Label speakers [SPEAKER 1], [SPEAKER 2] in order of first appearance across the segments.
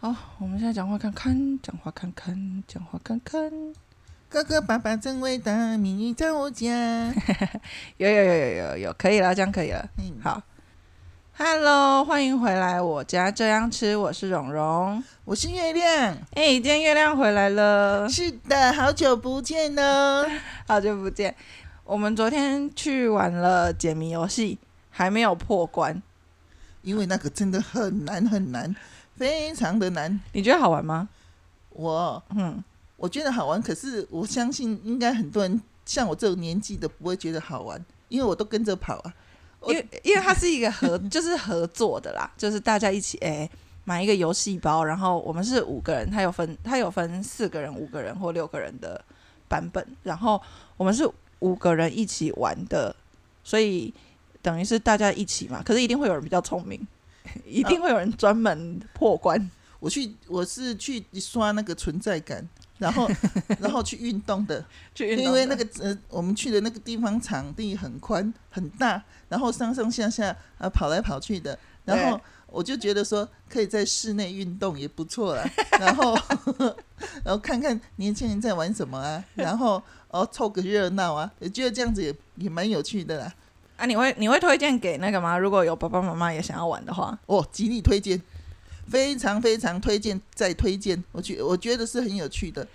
[SPEAKER 1] 好，我们现在讲话看看，讲话看看，讲话看看。
[SPEAKER 2] 哥哥爸爸真伟大，米 我家。
[SPEAKER 1] 有有有有有有，可以了，这样可以了。
[SPEAKER 2] 嗯，
[SPEAKER 1] 好，Hello，欢迎回来，我家这样吃，我是蓉蓉。
[SPEAKER 2] 我是月亮。
[SPEAKER 1] 哎、今天月亮回来了，
[SPEAKER 2] 是的，好久不见哦喽。
[SPEAKER 1] 好久不见。我们昨天去玩了解谜游戏，还没有破关，
[SPEAKER 2] 因为那个真的很难很难，非常的难。
[SPEAKER 1] 你觉得好玩吗？
[SPEAKER 2] 我
[SPEAKER 1] 嗯，
[SPEAKER 2] 我觉得好玩，可是我相信应该很多人像我这种年纪的不会觉得好玩，因为我都跟着跑啊。我
[SPEAKER 1] 因为因为它是一个合，就是合作的啦， 就是大家一起哎、买一个游戏包，然后我们是五个人，它有分它有分四个人、五个人或六个人的版本，然后我们是五个人一起玩的，所以等于是大家一起嘛，可是一定会有人比较聪明， 一定会有人专门破关。
[SPEAKER 2] 我去，我是去刷那个存在感，然 后然后去运动的，
[SPEAKER 1] 去运动的
[SPEAKER 2] 因为那个呃，我们去的那个地方场地很宽很大，然后上上下下啊跑来跑去的，然后
[SPEAKER 1] 对
[SPEAKER 2] 我就觉得说可以在室内运动也不错啦， 然后然后看看年轻人在玩什么啊，然后哦凑个热闹啊，我觉得这样子也也蛮有趣的啦。
[SPEAKER 1] 啊，你会你会推荐给那个吗？如果有爸爸妈妈也想要玩的话，
[SPEAKER 2] 哦，极力推荐，非常非常推荐，再推荐。我觉我觉得是很有趣的，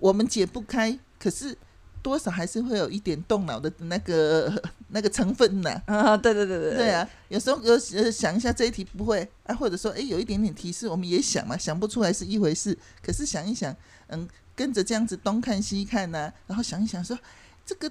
[SPEAKER 2] 我们解不开，可是多少还是会有一点动脑的那个那个成分呐、
[SPEAKER 1] 啊，对对对对
[SPEAKER 2] 对，啊，有时候有呃想一下这一题不会啊，或者说诶有一点点提示，我们也想嘛，想不出来是一回事，可是想一想，嗯，跟着这样子东看西看呐、然后想一想说这个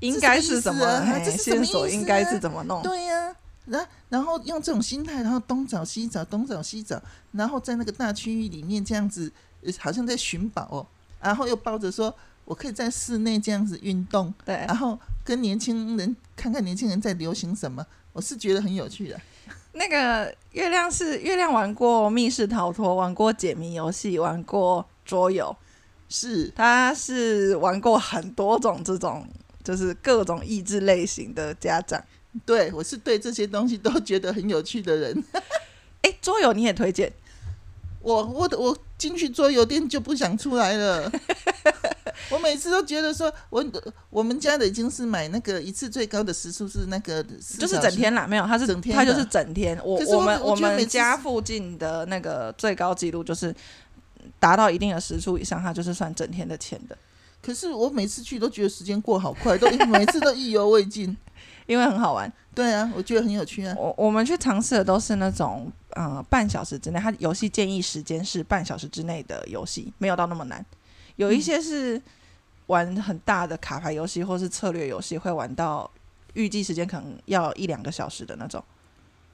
[SPEAKER 1] 应该是什么？嘿
[SPEAKER 2] 这是什么意思啊这是什
[SPEAKER 1] 线
[SPEAKER 2] 么
[SPEAKER 1] 索
[SPEAKER 2] 意思啊
[SPEAKER 1] 应该是怎么弄？
[SPEAKER 2] 对呀、然然后用这种心态，然后东找西找，东找西找，然后在那个大区域里面这样子，呃好像在寻宝哦。然后又抱着说，我可以在室内这样子运动，
[SPEAKER 1] 对，
[SPEAKER 2] 然后跟年轻人看看年轻人在流行什么，我是觉得很有趣的。
[SPEAKER 1] 那个月亮是月亮玩过密室逃脱，玩过解谜游戏，玩过桌游，
[SPEAKER 2] 是
[SPEAKER 1] 他是玩过很多种这种就是各种益智类型的家长。
[SPEAKER 2] 对我是对这些东西都觉得很有趣的人。
[SPEAKER 1] 哎，桌游你也推荐？
[SPEAKER 2] 我我我进去桌游店就不想出 来了。我每次都觉得说，我我们家的已经是买那个一次最高的时速是那个四
[SPEAKER 1] 就是
[SPEAKER 2] 小
[SPEAKER 1] 整
[SPEAKER 2] 时，
[SPEAKER 1] 天啦，没有，他是
[SPEAKER 2] 整天
[SPEAKER 1] 他就
[SPEAKER 2] 的
[SPEAKER 1] 是整天。我
[SPEAKER 2] 可是
[SPEAKER 1] 我
[SPEAKER 2] 我
[SPEAKER 1] 们
[SPEAKER 2] 我觉得每
[SPEAKER 1] 们
[SPEAKER 2] 次
[SPEAKER 1] 家
[SPEAKER 2] 是
[SPEAKER 1] 附近的那个最高纪录就是达到一定的时速以上，他就是算整天的钱的，
[SPEAKER 2] 可是我每次去都觉得时间过好快，都每次都意犹未尽。
[SPEAKER 1] 因为很好玩。
[SPEAKER 2] 对啊，我觉得很有趣啊。
[SPEAKER 1] 我我们去尝试的都是那种呃半小时之内，它游戏建议时间是半小时之内的游戏，没有到那么难。有一些是玩很大的卡牌游戏或是策略游戏，会玩到预计时间可能要一两个小时的那种。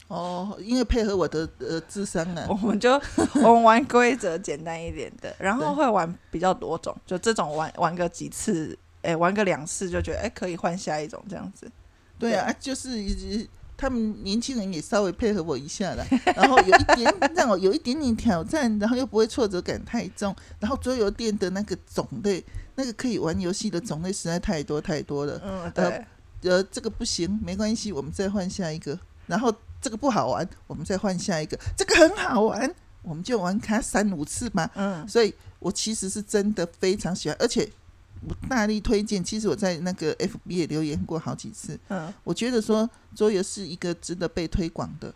[SPEAKER 2] 哦，因为配合我的呃智商啊
[SPEAKER 1] 我，们就我们玩规则简单一点的，然后
[SPEAKER 2] 对
[SPEAKER 1] 会玩比较多种，就这种玩玩个几次，哎、玩个两次就觉得哎、诶可以换下一种这样子。
[SPEAKER 2] 对啊，啊就是一他们年轻人也稍微配合我一下啦， 然后有一点让我有一点点挑战，然后又不会挫折感太重，然后桌游店的那个种类，那个可以玩游戏的种类实在太多太多了。
[SPEAKER 1] 嗯，对，
[SPEAKER 2] 呃，这个不行，没关系，我们再换下一个。然后这个不好玩，我们再换下一个。这个很好玩，我们就玩它三五次吧。
[SPEAKER 1] 嗯，
[SPEAKER 2] 所以我其实是真的非常喜欢，而且我大力推荐。其实我在那个 FB 也留言过好几次，
[SPEAKER 1] 嗯，
[SPEAKER 2] 我觉得说桌游是一个值得被推广的，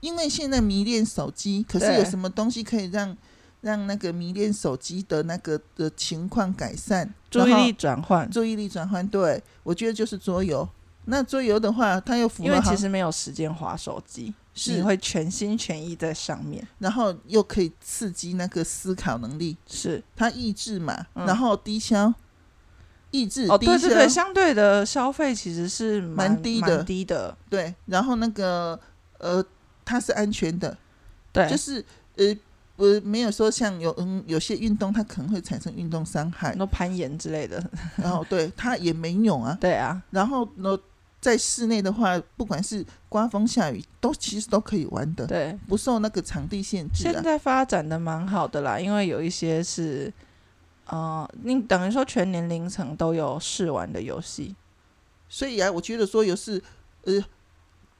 [SPEAKER 2] 因为现在迷恋手机，可是
[SPEAKER 1] 对
[SPEAKER 2] 有什么东西可以让让那个迷恋手机的那个的情况改善？
[SPEAKER 1] 注意
[SPEAKER 2] 然后
[SPEAKER 1] 力转换，
[SPEAKER 2] 注意力转换，对我觉得就是桌游。那桌游的话，它又符
[SPEAKER 1] 因
[SPEAKER 2] 合
[SPEAKER 1] 为
[SPEAKER 2] 好
[SPEAKER 1] 其，实没有时间划手机，
[SPEAKER 2] 是
[SPEAKER 1] 你会全心全意在上面。
[SPEAKER 2] 然后又可以刺激那个思考能力，
[SPEAKER 1] 是
[SPEAKER 2] 它抑制嘛，
[SPEAKER 1] 嗯
[SPEAKER 2] 然后低消，抑制
[SPEAKER 1] 哦，
[SPEAKER 2] 低
[SPEAKER 1] 对
[SPEAKER 2] 消，
[SPEAKER 1] 对对，相对的消费其实是
[SPEAKER 2] 蛮低的
[SPEAKER 1] 蛮低的，
[SPEAKER 2] 对然后那个呃，它是安全的，
[SPEAKER 1] 对，
[SPEAKER 2] 就是呃。呃，没有说像有嗯有些运动它可能会产生运动伤害
[SPEAKER 1] 很，多攀岩之类的，
[SPEAKER 2] 然后对它也没用啊。
[SPEAKER 1] 对啊，
[SPEAKER 2] 然后呢，在室内的话，不管是刮风下雨，都其实都可以玩的，
[SPEAKER 1] 对。
[SPEAKER 2] 不受那个场地限制
[SPEAKER 1] 现
[SPEAKER 2] 啊。
[SPEAKER 1] 在发展的蛮好的啦，因为有一些是，呃，你等于说全年龄层都有试玩的游戏，
[SPEAKER 2] 所以啊，我觉得桌游是呃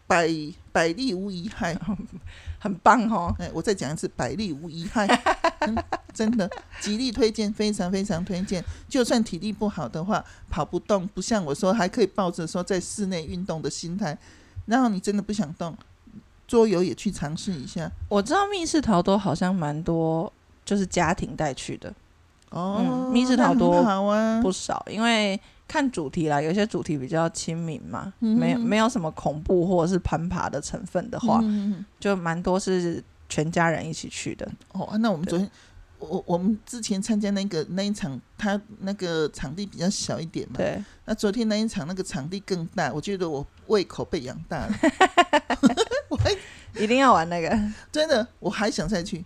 [SPEAKER 2] 百百利无一害，
[SPEAKER 1] 很棒哦。
[SPEAKER 2] 哎，我再讲一次，百利无 一害，嗯真的极力推荐，非常非常推荐。就算体力不好的话，跑不动，不像我说还可以抱着说在室内运动的心态，然后你真的不想动，桌游也去尝试一下。
[SPEAKER 1] 我知道密室逃脱好像蛮多，就是家庭带去的
[SPEAKER 2] 哦，
[SPEAKER 1] 嗯密室逃脱
[SPEAKER 2] 那很好啊，
[SPEAKER 1] 不少，因为看主题啦，有些主题比较亲民嘛，
[SPEAKER 2] 嗯
[SPEAKER 1] 没有没有什么恐怖或者是攀爬的成分的话，
[SPEAKER 2] 嗯嗯嗯
[SPEAKER 1] 就蛮多是全家人一起去的。
[SPEAKER 2] 哦，那我们
[SPEAKER 1] 对
[SPEAKER 2] 昨天，我我们之前参加那个那一场，他那个场地比较小一点嘛。
[SPEAKER 1] 对，
[SPEAKER 2] 那昨天那一场那个场地更大，我觉得我胃口被养 大了，我还
[SPEAKER 1] 一定要玩那个，
[SPEAKER 2] 真的我还想再去，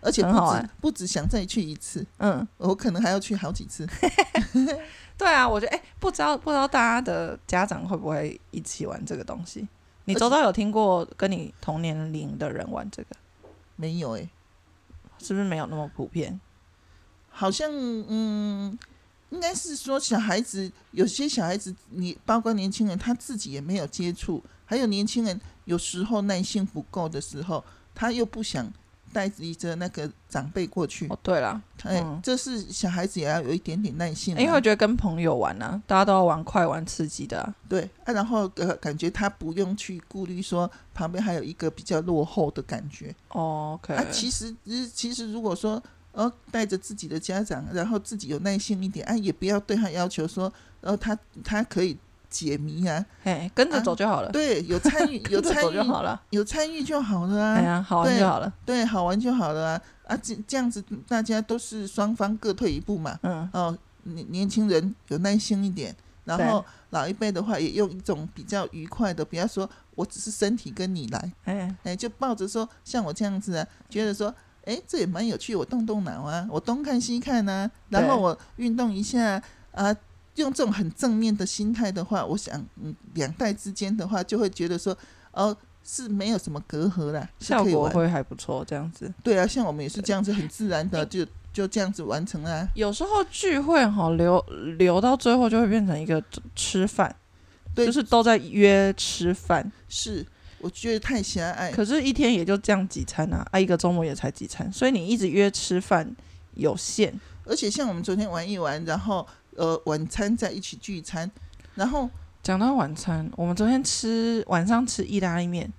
[SPEAKER 2] 而且不
[SPEAKER 1] 很好欸
[SPEAKER 2] 止
[SPEAKER 1] 玩
[SPEAKER 2] 不止想再去一次，
[SPEAKER 1] 嗯，
[SPEAKER 2] 我可能还要去好几次。
[SPEAKER 1] 对啊，我觉得哎、不知道不知道大家的家长会不会一起玩这个东西？你周遭有听过跟你同年龄的人玩这个，
[SPEAKER 2] 没有欸诶、
[SPEAKER 1] 是不是没有那么普遍？
[SPEAKER 2] 好像嗯，应该是说小孩子有些小孩子，你包括年轻人，他自己也没有接触，还有年轻人有时候耐性不够的时候，他又不想带着那个长辈过去
[SPEAKER 1] 哦，，对了，
[SPEAKER 2] 哎、
[SPEAKER 1] 嗯
[SPEAKER 2] 这是小孩子也要有一点点耐啊性嘛，
[SPEAKER 1] 因为我觉得跟朋友玩啊，大家都要玩快玩刺激的、啊，
[SPEAKER 2] 对啊，然后呃，感觉他不用去顾虑说旁边还有一个比较落后的感觉，
[SPEAKER 1] 哦 OK，、
[SPEAKER 2] 啊，其实呃其实如果说呃带着自己的家长，然后自己有耐心一点，啊，也不要对他要求说，呃，他他可以解谜 啊，
[SPEAKER 1] 嘿，跟着走就好了，
[SPEAKER 2] 对，有 参与有
[SPEAKER 1] 跟着
[SPEAKER 2] 参
[SPEAKER 1] 走
[SPEAKER 2] 与
[SPEAKER 1] 就好了，
[SPEAKER 2] 有参与就好了
[SPEAKER 1] 哎
[SPEAKER 2] 啊，
[SPEAKER 1] 呀，好玩
[SPEAKER 2] 对
[SPEAKER 1] 就好了，
[SPEAKER 2] 对，好玩就好了啊，啊，这这样子大家都是双方各退一步嘛，
[SPEAKER 1] 嗯，
[SPEAKER 2] 哦，年年轻人有耐心一点，然后老一辈的话也用一种比较愉快的，不要说我只是身体跟你来，
[SPEAKER 1] 哎，
[SPEAKER 2] 哎，就抱着说像我这样子啊，觉得说，哎，这也蛮有趣，我动动脑啊，我东看西看啊，然后
[SPEAKER 1] 对
[SPEAKER 2] 我运动一下啊，用这种很正面的心态的话，我想，嗯，两代之间的话，就会觉得说，哦，是没有什么隔阂啦，是
[SPEAKER 1] 效
[SPEAKER 2] 可以
[SPEAKER 1] 果
[SPEAKER 2] 玩。
[SPEAKER 1] 会还不错，这样子。
[SPEAKER 2] 对啊，像我们也是这样子，很自然的就就这样子完成啊啦、
[SPEAKER 1] 有时候聚会哈、留留到最后就会变成一个吃饭，
[SPEAKER 2] 对
[SPEAKER 1] 就是都在约吃饭，
[SPEAKER 2] 是，我觉得太狭隘。
[SPEAKER 1] 可是一天也就这样几餐啊，啊一个周末也才几餐，所以你一直约吃饭有限，
[SPEAKER 2] 而且像我们昨天玩一玩，然后呃晚餐在一起聚餐，然后
[SPEAKER 1] 讲到晚餐，我们昨天吃晚上吃意大利面，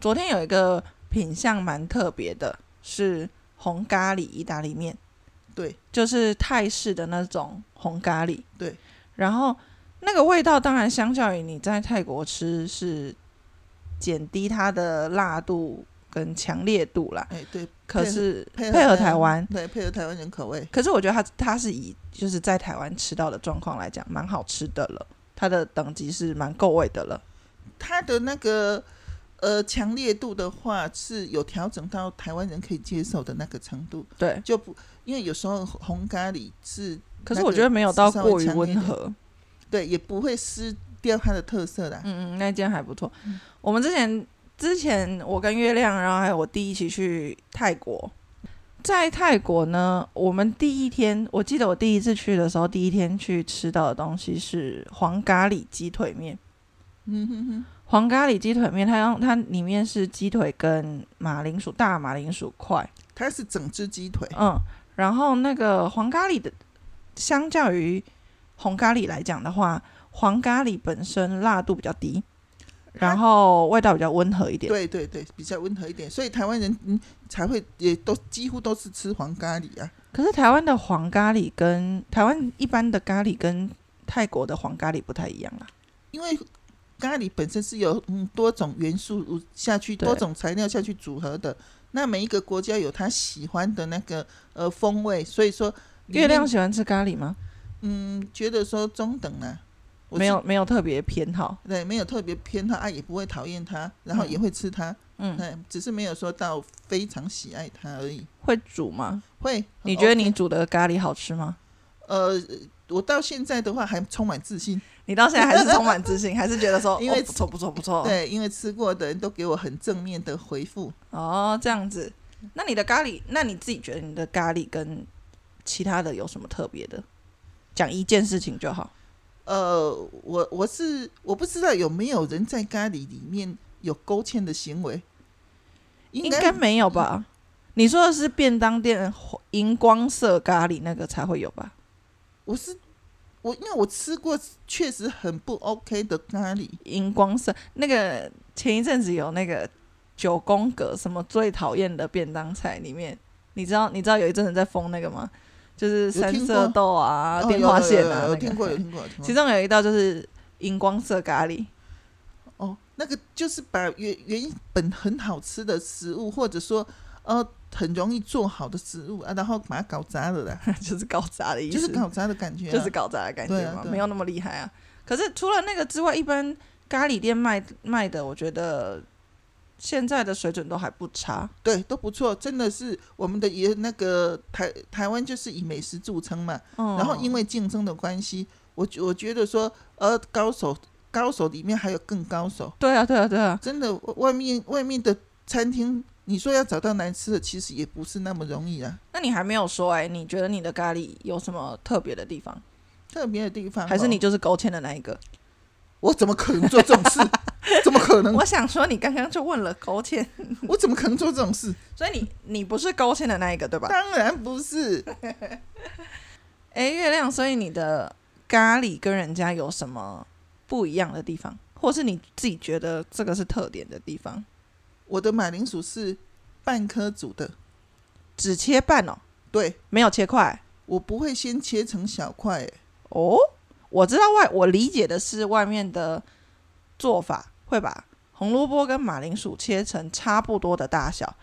[SPEAKER 1] 昨天有一个品相蛮特别的，是红咖喱意大利面，
[SPEAKER 2] 对，
[SPEAKER 1] 就是泰式的那种红咖喱，
[SPEAKER 2] 对。
[SPEAKER 1] 然后那个味道当然相较于你在泰国吃是减低它的辣度跟强烈度啦，
[SPEAKER 2] 哎对，
[SPEAKER 1] 可是
[SPEAKER 2] 配
[SPEAKER 1] 配合台湾，
[SPEAKER 2] 对配合台湾人口味，
[SPEAKER 1] 可是我觉得它它是以就是在台湾吃到的状况来讲，蛮好吃的了，它的等级是蛮够味的了。
[SPEAKER 2] 它的那个呃强烈度的话是有调整到台湾人可以接受的那个程度，
[SPEAKER 1] 对，
[SPEAKER 2] 就不因为有时候红咖喱是
[SPEAKER 1] 可是我觉得没有到过于温
[SPEAKER 2] 那
[SPEAKER 1] 和。
[SPEAKER 2] 对也不会失掉它的特色啦。
[SPEAKER 1] 嗯嗯，那间还不错。我们之前之前我跟月亮，然后还有我弟一起去泰国。在泰国呢，我们第一天，我记得我第一次去的时候，第一天去吃到的东西是黄咖喱鸡腿面。
[SPEAKER 2] 嗯哼哼，
[SPEAKER 1] 黄咖喱鸡腿面，它用它里面是鸡腿跟马铃薯大马铃薯块，
[SPEAKER 2] 它是整只鸡腿，
[SPEAKER 1] 嗯，然后那个黄咖喱的，相较于红咖喱来讲的话，黄咖喱本身辣度比较低，然后味道比较温和一点。
[SPEAKER 2] 对对对，比较温和一点，所以台湾人嗯才会也都几乎都是吃黄咖喱啊。
[SPEAKER 1] 可是台湾的黄咖喱跟台湾一般的咖喱跟泰国的黄咖喱不太一样啊。
[SPEAKER 2] 因为咖喱本身是有嗯多种元素下去、
[SPEAKER 1] 对
[SPEAKER 2] 多种材料下去组合的。那每一个国家有他喜欢的那个呃风味，所以说里面
[SPEAKER 1] 月亮喜欢吃咖喱吗？
[SPEAKER 2] 嗯觉得说中等啊，我是
[SPEAKER 1] 没有没有特别偏好。
[SPEAKER 2] 对没有特别偏好啊，也不会讨厌它，然后也会吃它，
[SPEAKER 1] 嗯，
[SPEAKER 2] 哎、只是没有说到非常喜爱它而已。
[SPEAKER 1] 会煮吗？
[SPEAKER 2] 会
[SPEAKER 1] 你觉得
[SPEAKER 2] 嗯 OK
[SPEAKER 1] 你煮的咖喱好吃吗？
[SPEAKER 2] 呃，我到现在的话还充满自信，
[SPEAKER 1] 你到现在还是充满自 信，还是觉得说
[SPEAKER 2] 因为
[SPEAKER 1] 哦不错不错不错。
[SPEAKER 2] 对，因为吃过的人都给我很正面的回复。
[SPEAKER 1] 哦，这样子。那你的咖喱，那你自己觉得你的咖喱跟其他的有什么特别的？讲一件事情就好。
[SPEAKER 2] 呃，我我是我不知道有没有人在咖喱里面有勾芡的行为，应
[SPEAKER 1] 应
[SPEAKER 2] 该嗯
[SPEAKER 1] 该没有吧？你说的是便当店荧光色咖喱那个才会有吧？
[SPEAKER 2] 我是我，因为我吃过确实很不 OK 的咖喱，
[SPEAKER 1] 荧光色那个前一阵子有那个九宫格什么最讨厌的便当菜里面，你知道你知道有一阵子在封那个吗？就是三色豆啊、
[SPEAKER 2] 哦
[SPEAKER 1] 电话
[SPEAKER 2] 有有
[SPEAKER 1] 线
[SPEAKER 2] 有有
[SPEAKER 1] 啊，
[SPEAKER 2] 有
[SPEAKER 1] 那个
[SPEAKER 2] 听过有听过有听过
[SPEAKER 1] 其。中有一道就是荧光色咖喱，
[SPEAKER 2] 哦，那个就是把原原本很好吃的食物，或者说呃很容易做好的食物啊，然后把它搞砸了啦，
[SPEAKER 1] 就是搞砸的意思，
[SPEAKER 2] 就是搞砸的感觉、啊，
[SPEAKER 1] 就是搞砸的感觉
[SPEAKER 2] 对啊
[SPEAKER 1] 嘛，
[SPEAKER 2] 对啊
[SPEAKER 1] 没有那么厉害啊。可是除了那个之外，一般咖喱店卖卖的，我觉得现在的水准都还不差。
[SPEAKER 2] 对都不错，真的是我们的也那个台台湾就是以美食著称嘛，
[SPEAKER 1] 嗯，
[SPEAKER 2] 然后因为竞争的关系，我觉我觉得说呃高手高手里面还有更高手，
[SPEAKER 1] 对啊，对啊，对啊，
[SPEAKER 2] 真的外面外面的餐厅，你说要找到难吃的，其实也不是那么容易啊。
[SPEAKER 1] 那你还没有说哎、你觉得你的咖喱有什么特别的地方？
[SPEAKER 2] 特别的地方哦
[SPEAKER 1] 还是你就是勾芡的那一个？
[SPEAKER 2] 我怎么可能做这种 事？怎么可能？
[SPEAKER 1] 我想说，你刚刚就问了勾芡，
[SPEAKER 2] 我怎么可能做这种事？
[SPEAKER 1] 所以你你不是勾芡的那一个对吧？
[SPEAKER 2] 当然不是。
[SPEAKER 1] 哎、月亮，所以你的咖喱跟人家有什么不一样的地方，或是你自己觉得这个是特点的地方？
[SPEAKER 2] 我的马铃薯是半颗煮的，
[SPEAKER 1] 只切半哦，
[SPEAKER 2] 对
[SPEAKER 1] 没有切块
[SPEAKER 2] 我不会先切成小块、欸
[SPEAKER 1] 哦。我知道外，我理解的是外面的做法会把红萝卜跟马铃薯切成差不多的大小，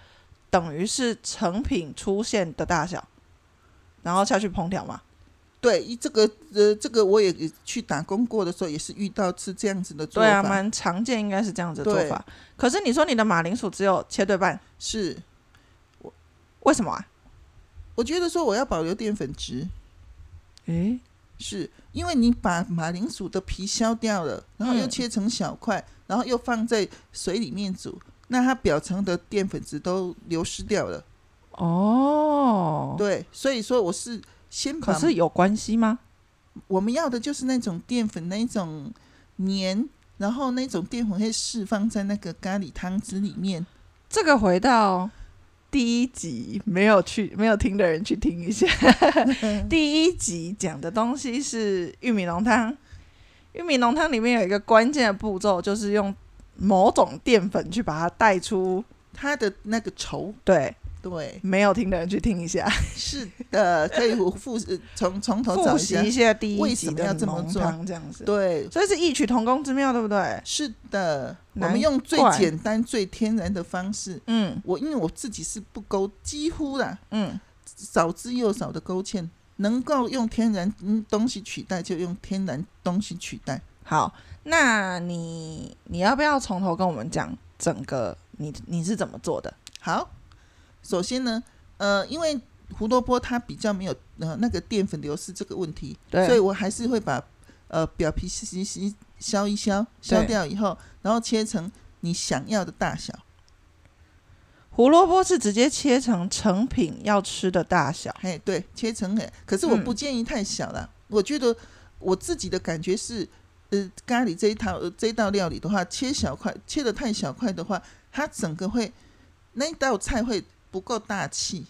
[SPEAKER 1] 等于是成品出现的大小，然后下去烹调嘛。
[SPEAKER 2] 对，一这个呃，这个我也去打工过的时候，也是遇到是这样子的做
[SPEAKER 1] 对啊，
[SPEAKER 2] 法。
[SPEAKER 1] 蛮常见，应该是这样子的做
[SPEAKER 2] 对
[SPEAKER 1] 法。可是你说你的马铃薯只有切对半，
[SPEAKER 2] 是，
[SPEAKER 1] 为什么啊？
[SPEAKER 2] 我觉得说我要保留淀粉质，
[SPEAKER 1] 诶，
[SPEAKER 2] 是因为你把马铃薯的皮削掉了，然后又
[SPEAKER 1] 嗯
[SPEAKER 2] 切成小块，然后又放在水里面煮，那它表层的淀粉质都流失掉了。
[SPEAKER 1] 哦，
[SPEAKER 2] 对，所以说我是先
[SPEAKER 1] 可
[SPEAKER 2] 把
[SPEAKER 1] 是有关系吗？
[SPEAKER 2] 我们要的就是那种淀粉那一种黏，然后那种淀粉会释放在那个咖喱汤汁里面。
[SPEAKER 1] 这个回到第一集，没有去没有听的人去听一下。第一集讲的东西是玉米浓汤，玉米浓汤里面有一个关键的步骤，就是用某种淀粉去把它带出。
[SPEAKER 2] 它的那个稠，
[SPEAKER 1] 对，
[SPEAKER 2] 对，
[SPEAKER 1] 没有听的人去听一下，
[SPEAKER 2] 是的，可以我复呃从从头找
[SPEAKER 1] 复
[SPEAKER 2] 一
[SPEAKER 1] 习
[SPEAKER 2] 下
[SPEAKER 1] 一。下第一
[SPEAKER 2] 为
[SPEAKER 1] 集
[SPEAKER 2] 什么
[SPEAKER 1] 的
[SPEAKER 2] 要这么
[SPEAKER 1] 浓
[SPEAKER 2] 做
[SPEAKER 1] 汤这样子。
[SPEAKER 2] 对，
[SPEAKER 1] 所以是异曲同工之妙，对不对？
[SPEAKER 2] 是的，我
[SPEAKER 1] 难
[SPEAKER 2] 们用最
[SPEAKER 1] 怪
[SPEAKER 2] 简单、最天然的方式。
[SPEAKER 1] 嗯
[SPEAKER 2] 我因为我自己是不勾，几乎啦
[SPEAKER 1] 嗯，
[SPEAKER 2] 少之又少的勾芡，能够用天然嗯东西取代就用天然东西取代。
[SPEAKER 1] 好，那你你要不要从头跟我们讲整个你你是怎么做的？
[SPEAKER 2] 好，首先呢，呃，因为胡萝卜它比较没有呃那个淀粉流失这个问题，
[SPEAKER 1] 对
[SPEAKER 2] 所以我还是会把呃表皮洗洗洗削一削，削
[SPEAKER 1] 对
[SPEAKER 2] 掉以后，然后切成你想要的大小。
[SPEAKER 1] 胡萝卜是直接切成成品要吃的大小，
[SPEAKER 2] 嘿，对，切成哎，可是我
[SPEAKER 1] 嗯
[SPEAKER 2] 不建议太小了。我觉得我自己的感觉是，呃，咖喱这一套、呃、这一道料理的话，切小块，切的太小块的话，它整个会那一道菜会不够大气。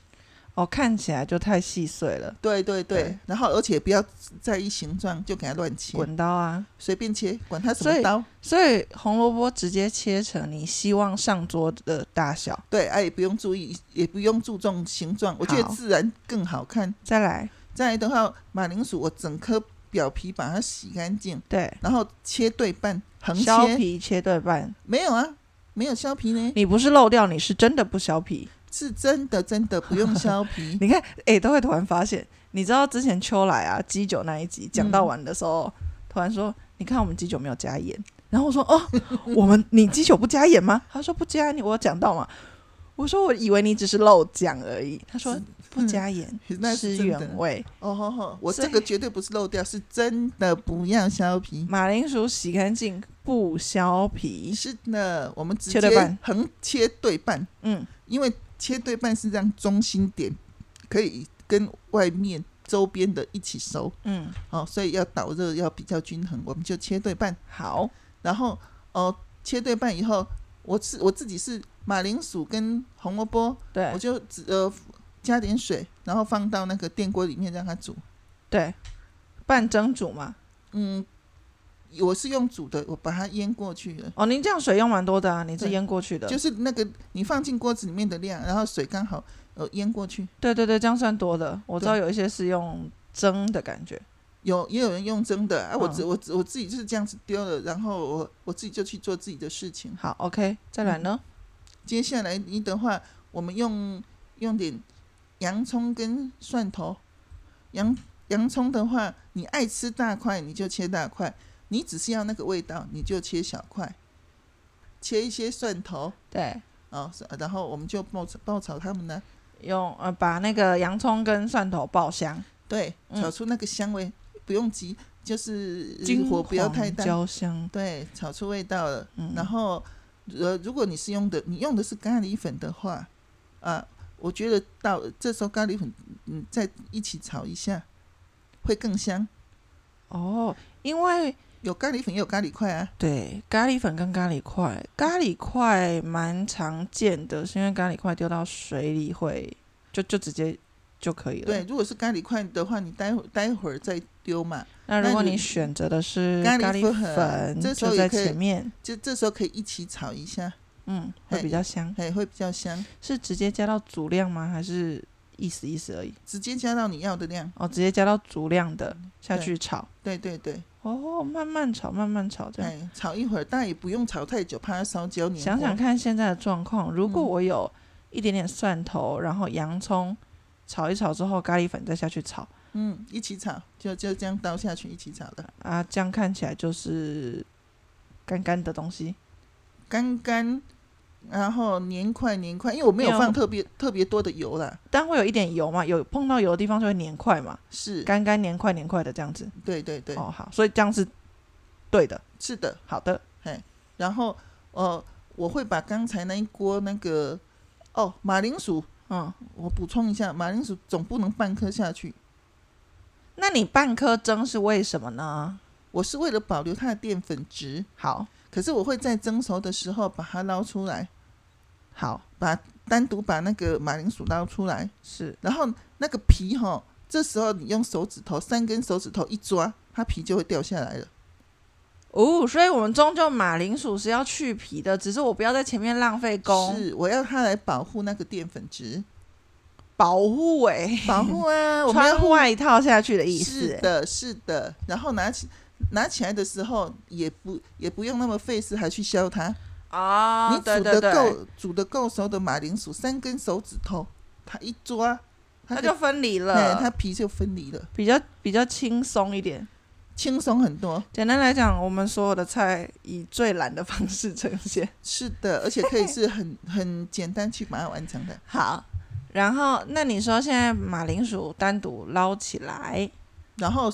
[SPEAKER 1] 哦，看起来就太细碎了。
[SPEAKER 2] 对对对，
[SPEAKER 1] 对
[SPEAKER 2] 然后而且不要在意形状，就给它乱切，
[SPEAKER 1] 滚刀啊！
[SPEAKER 2] 随便切，管它什
[SPEAKER 1] 所
[SPEAKER 2] 么
[SPEAKER 1] 以
[SPEAKER 2] 刀。
[SPEAKER 1] 所以红萝卜直接切成你希望上桌的大小，
[SPEAKER 2] 对，哎、也不用注意，也不用注重形状，我觉得
[SPEAKER 1] 好
[SPEAKER 2] 自然更好看。
[SPEAKER 1] 再来
[SPEAKER 2] 再来的话，马铃薯我整颗表皮把它洗干净，
[SPEAKER 1] 对
[SPEAKER 2] 然后切对半，横切。
[SPEAKER 1] 削皮切对半。
[SPEAKER 2] 没有啊，没有削皮呢，
[SPEAKER 1] 你不是漏掉，你是真的不削皮。
[SPEAKER 2] 是真的真的不用削皮。
[SPEAKER 1] 你看，哎、都会突然发现，你知道之前秋来啊鸡酒那一集讲
[SPEAKER 2] 嗯
[SPEAKER 1] 到完的时候，突然说，你看我们鸡酒没有加盐，然后我说，哦，我们你鸡酒不加盐吗？他说不加，你我有讲到嘛。我说我以为你只是漏讲而已，他说不加盐，
[SPEAKER 2] 嗯那
[SPEAKER 1] 吃
[SPEAKER 2] 是真的
[SPEAKER 1] 原味。
[SPEAKER 2] 哦吼吼，我
[SPEAKER 1] 所以
[SPEAKER 2] 这个绝对不是漏掉，是真的不要削皮。
[SPEAKER 1] 马铃薯洗干净，不削皮。
[SPEAKER 2] 是的，我们直
[SPEAKER 1] 切对半
[SPEAKER 2] 接横切对半，
[SPEAKER 1] 嗯，
[SPEAKER 2] 因为切对半是让中心点可以跟外面周边的一起熟
[SPEAKER 1] 嗯，
[SPEAKER 2] 哦，所以要导热要比较均衡，我们就切对半。
[SPEAKER 1] 好，
[SPEAKER 2] 然后哦、切对半以后，我是我自己是马铃薯跟红萝卜，
[SPEAKER 1] 对
[SPEAKER 2] 我就只呃加点水，然后放到那个电锅里面让它煮。
[SPEAKER 1] 对，半蒸煮嘛。
[SPEAKER 2] 嗯，我是用煮的，我把它腌过去了，
[SPEAKER 1] 哦，您这样水用蛮多的啊，你是
[SPEAKER 2] 对
[SPEAKER 1] 腌过去的。
[SPEAKER 2] 就是那个你放进锅子里面的量，然后水刚好呃腌过去。
[SPEAKER 1] 对对对，这样算多的。我知
[SPEAKER 2] 对
[SPEAKER 1] 道有一些是用蒸的感觉。
[SPEAKER 2] 有也有人用蒸的啊，我
[SPEAKER 1] 嗯
[SPEAKER 2] 只我只我自己就是这样子丢了，然后我我自己就去做自己的事情。
[SPEAKER 1] 好，OK，再来
[SPEAKER 2] 嗯
[SPEAKER 1] 呢？
[SPEAKER 2] 接下来你的话，我们用用点洋葱跟蒜头。洋洋葱的话，你爱吃大块你就切大块，你只是要那个味道你就切小块，切一些蒜头
[SPEAKER 1] 对，
[SPEAKER 2] 啊、哦，然后我们就爆炒爆炒它们呢。
[SPEAKER 1] 用呃把那个洋葱跟蒜头爆香，
[SPEAKER 2] 对，
[SPEAKER 1] 嗯
[SPEAKER 2] 炒出那个香味，不用急，就是呃
[SPEAKER 1] 金
[SPEAKER 2] 火不要太
[SPEAKER 1] 黄
[SPEAKER 2] 大。
[SPEAKER 1] 焦香。
[SPEAKER 2] 对，炒出味道了。
[SPEAKER 1] 嗯，
[SPEAKER 2] 然后，呃，如果你是用的，你用的是咖喱粉的话，啊，我觉得到这时候咖喱粉，嗯，再一起炒一下，会更香。
[SPEAKER 1] 哦，因为
[SPEAKER 2] 有咖喱粉也有咖喱块啊，
[SPEAKER 1] 对咖喱粉跟咖喱块，咖喱块蛮常见的，是因为咖喱块丢到水里会就就直接就可以了。
[SPEAKER 2] 对，，如果是咖喱块的话，你待会待会儿再丢嘛，
[SPEAKER 1] 那如果
[SPEAKER 2] 那你
[SPEAKER 1] 你选择的是
[SPEAKER 2] 咖
[SPEAKER 1] 咖喱
[SPEAKER 2] 喱粉
[SPEAKER 1] 粉，
[SPEAKER 2] 这时候
[SPEAKER 1] 就在
[SPEAKER 2] 也可以
[SPEAKER 1] 前面，
[SPEAKER 2] 就这时候可以一起炒一下，
[SPEAKER 1] 嗯，会
[SPEAKER 2] 嘿
[SPEAKER 1] 比较香。
[SPEAKER 2] 哎，会比较香，
[SPEAKER 1] 是直接加到足量吗？还是意思意思而已？
[SPEAKER 2] 直接加到你要的量。
[SPEAKER 1] 哦，直接加到足量的下
[SPEAKER 2] 嗯对
[SPEAKER 1] 去炒。
[SPEAKER 2] 对对对，
[SPEAKER 1] 哦，慢慢炒，慢慢炒，这样。
[SPEAKER 2] 哎，炒一会儿，但也不用炒太久，怕它烧焦黏
[SPEAKER 1] 想
[SPEAKER 2] 糊
[SPEAKER 1] 想看现在的状况，如果
[SPEAKER 2] 嗯
[SPEAKER 1] 我有一点点蒜头，然后洋葱炒一炒之后，咖喱粉再下去炒
[SPEAKER 2] 嗯，一起炒，就就这样倒下去一起炒的，
[SPEAKER 1] 啊，这样看起来就是干干的东西。
[SPEAKER 2] 干干，然后黏块黏块，因为我没有
[SPEAKER 1] 没有
[SPEAKER 2] 放特别特别多的油啦，
[SPEAKER 1] 但会有一点油嘛，有碰到油的地方就会粘块嘛，
[SPEAKER 2] 是，
[SPEAKER 1] 干干粘块粘块的这样子。
[SPEAKER 2] 对对对，
[SPEAKER 1] 哦，好，所以这样是对的，
[SPEAKER 2] 是的。
[SPEAKER 1] 好的。
[SPEAKER 2] 然后呃，我会把刚才那一锅那个哦马铃薯，
[SPEAKER 1] 嗯，
[SPEAKER 2] 我补充一下，马铃薯总不能半颗下去，
[SPEAKER 1] 那你半颗蒸是为什么呢？
[SPEAKER 2] 我是为了保留它的淀粉质，
[SPEAKER 1] 好，
[SPEAKER 2] 可是我会在蒸熟的时候把它捞出来，
[SPEAKER 1] 好，
[SPEAKER 2] 单独把那个马铃薯捞出来，
[SPEAKER 1] 是
[SPEAKER 2] 然后那个皮哈，这时候你用手指头三根手指头一抓，它皮就会掉下来了。
[SPEAKER 1] 哦，所以我们终究马铃薯是要去皮的，只是我不要在前面浪费功，
[SPEAKER 2] 是，我要它来保护那个淀粉质，
[SPEAKER 1] 保护哎、
[SPEAKER 2] 保护 啊，我们要
[SPEAKER 1] 穿
[SPEAKER 2] 护。
[SPEAKER 1] 外套下去的意思
[SPEAKER 2] 是
[SPEAKER 1] 欸。
[SPEAKER 2] 的，是的。然后拿起拿起来的时候，也不也不用那么费事，还去削它。
[SPEAKER 1] 啊，
[SPEAKER 2] 你
[SPEAKER 1] 对
[SPEAKER 2] 煮
[SPEAKER 1] 对
[SPEAKER 2] 的
[SPEAKER 1] 对，
[SPEAKER 2] 够煮的够熟的马铃薯，三根手指头，它一抓，它
[SPEAKER 1] 它就分离
[SPEAKER 2] 哎
[SPEAKER 1] 了，
[SPEAKER 2] 它皮就分离了，
[SPEAKER 1] 比较比较轻松一点。
[SPEAKER 2] 轻松很多。
[SPEAKER 1] 简单来讲，我们所有的菜以最懒的方式呈现。
[SPEAKER 2] 是的，而且可以是很 很简单去把它完成的。
[SPEAKER 1] 好，然后那你说现在马铃薯单独捞起来，
[SPEAKER 2] 然后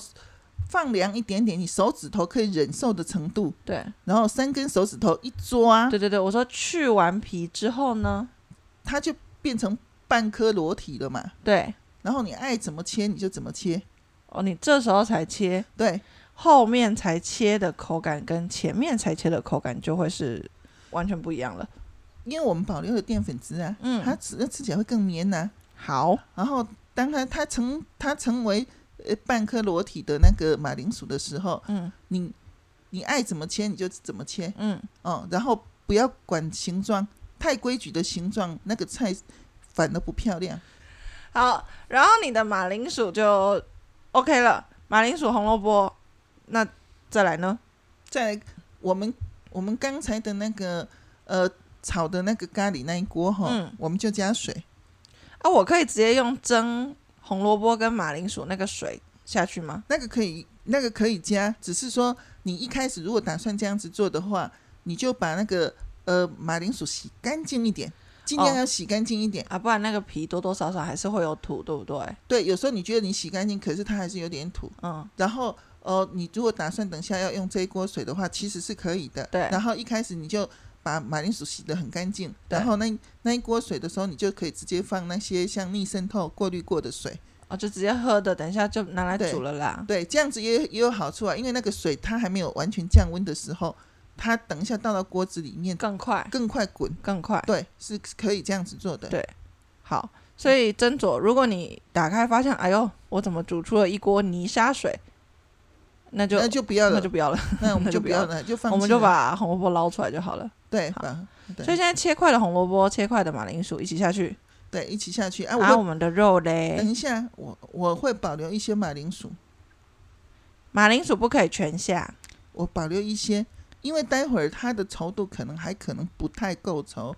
[SPEAKER 2] 放凉一点点，你手指头可以忍受的程度。
[SPEAKER 1] 对
[SPEAKER 2] 然后三根手指头一抓，
[SPEAKER 1] 对对对，我说去完皮之后呢，
[SPEAKER 2] 它就变成半颗裸体了嘛。
[SPEAKER 1] 对
[SPEAKER 2] 然后你爱怎么切你就怎么切，
[SPEAKER 1] 哦，你这时候才切，
[SPEAKER 2] 对。
[SPEAKER 1] 后面才切的口感跟前面才切的口感就会是完全不一样了。
[SPEAKER 2] 因为我们保留了淀粉质啊，
[SPEAKER 1] 嗯
[SPEAKER 2] 它吃吃起来会更绵呐、
[SPEAKER 1] 好，
[SPEAKER 2] 然后当它它成它成为呃半颗裸体的那个马铃薯的时候，
[SPEAKER 1] 嗯
[SPEAKER 2] 你你爱怎么切你就怎么切
[SPEAKER 1] 嗯，
[SPEAKER 2] 哦，然后不要管形状，太规矩的形状那个菜反而不漂亮。
[SPEAKER 1] 好，然后你的马铃薯就 OK 了，马铃薯、红萝卜，那再来呢？
[SPEAKER 2] 再来，我们我们刚才的那个呃炒的那个咖喱那一锅哈、
[SPEAKER 1] 嗯
[SPEAKER 2] 我们就加水，
[SPEAKER 1] 啊，我可以直接用蒸红萝卜跟马铃薯那个水下去吗？
[SPEAKER 2] 那个可以，那个可以加，只是说你一开始如果打算这样子做的话，你就把那个呃马铃薯洗干净一点，尽量
[SPEAKER 1] 哦
[SPEAKER 2] 要洗干净一点。
[SPEAKER 1] 啊，不然那个皮多多少少还是会有土，对不对？
[SPEAKER 2] 对，有时候你觉得你洗干净，可是它还是有点土。
[SPEAKER 1] 嗯，
[SPEAKER 2] 然后呃，你如果打算等下要用这一锅水的话，其实是可以的。
[SPEAKER 1] 对
[SPEAKER 2] 然后一开始你就把马铃薯洗得很干净，
[SPEAKER 1] 对
[SPEAKER 2] 然后那那一锅水的时候，你就可以直接放那些像逆渗透过滤过的水。
[SPEAKER 1] 哦，就直接喝的，等一下就拿来
[SPEAKER 2] 对
[SPEAKER 1] 煮了啦。
[SPEAKER 2] 对，这样子也也有好处啊，因为那个水它还没有完全降温的时候，它等一下倒到锅子里面
[SPEAKER 1] 更快，
[SPEAKER 2] 更快滚。
[SPEAKER 1] 更快。
[SPEAKER 2] 对，是可以这样子做的。
[SPEAKER 1] 对好，所以斟酌，如果你打开发现，哎呦，我怎么煮出了一锅泥沙水？那就
[SPEAKER 2] 那就不要
[SPEAKER 1] 那
[SPEAKER 2] 了
[SPEAKER 1] 就，不要了，
[SPEAKER 2] 那我 们
[SPEAKER 1] 那就
[SPEAKER 2] 就
[SPEAKER 1] 不
[SPEAKER 2] 不
[SPEAKER 1] 要
[SPEAKER 2] 要了，就放
[SPEAKER 1] 我们
[SPEAKER 2] 弃
[SPEAKER 1] 就
[SPEAKER 2] 了
[SPEAKER 1] 把红萝卜捞出来就好了。
[SPEAKER 2] 对
[SPEAKER 1] 好
[SPEAKER 2] 吧？对
[SPEAKER 1] 所以现在切块的红萝卜、切块的马铃薯一起下去，
[SPEAKER 2] 对一起下去啊！
[SPEAKER 1] 然
[SPEAKER 2] 我
[SPEAKER 1] 后我
[SPEAKER 2] 会
[SPEAKER 1] 们的肉嘞
[SPEAKER 2] 等，一下，我我会保留一些马铃薯，
[SPEAKER 1] 马铃薯不可以全下，
[SPEAKER 2] 我保留一些，因为待会儿它的稠度可能还可能不太够稠，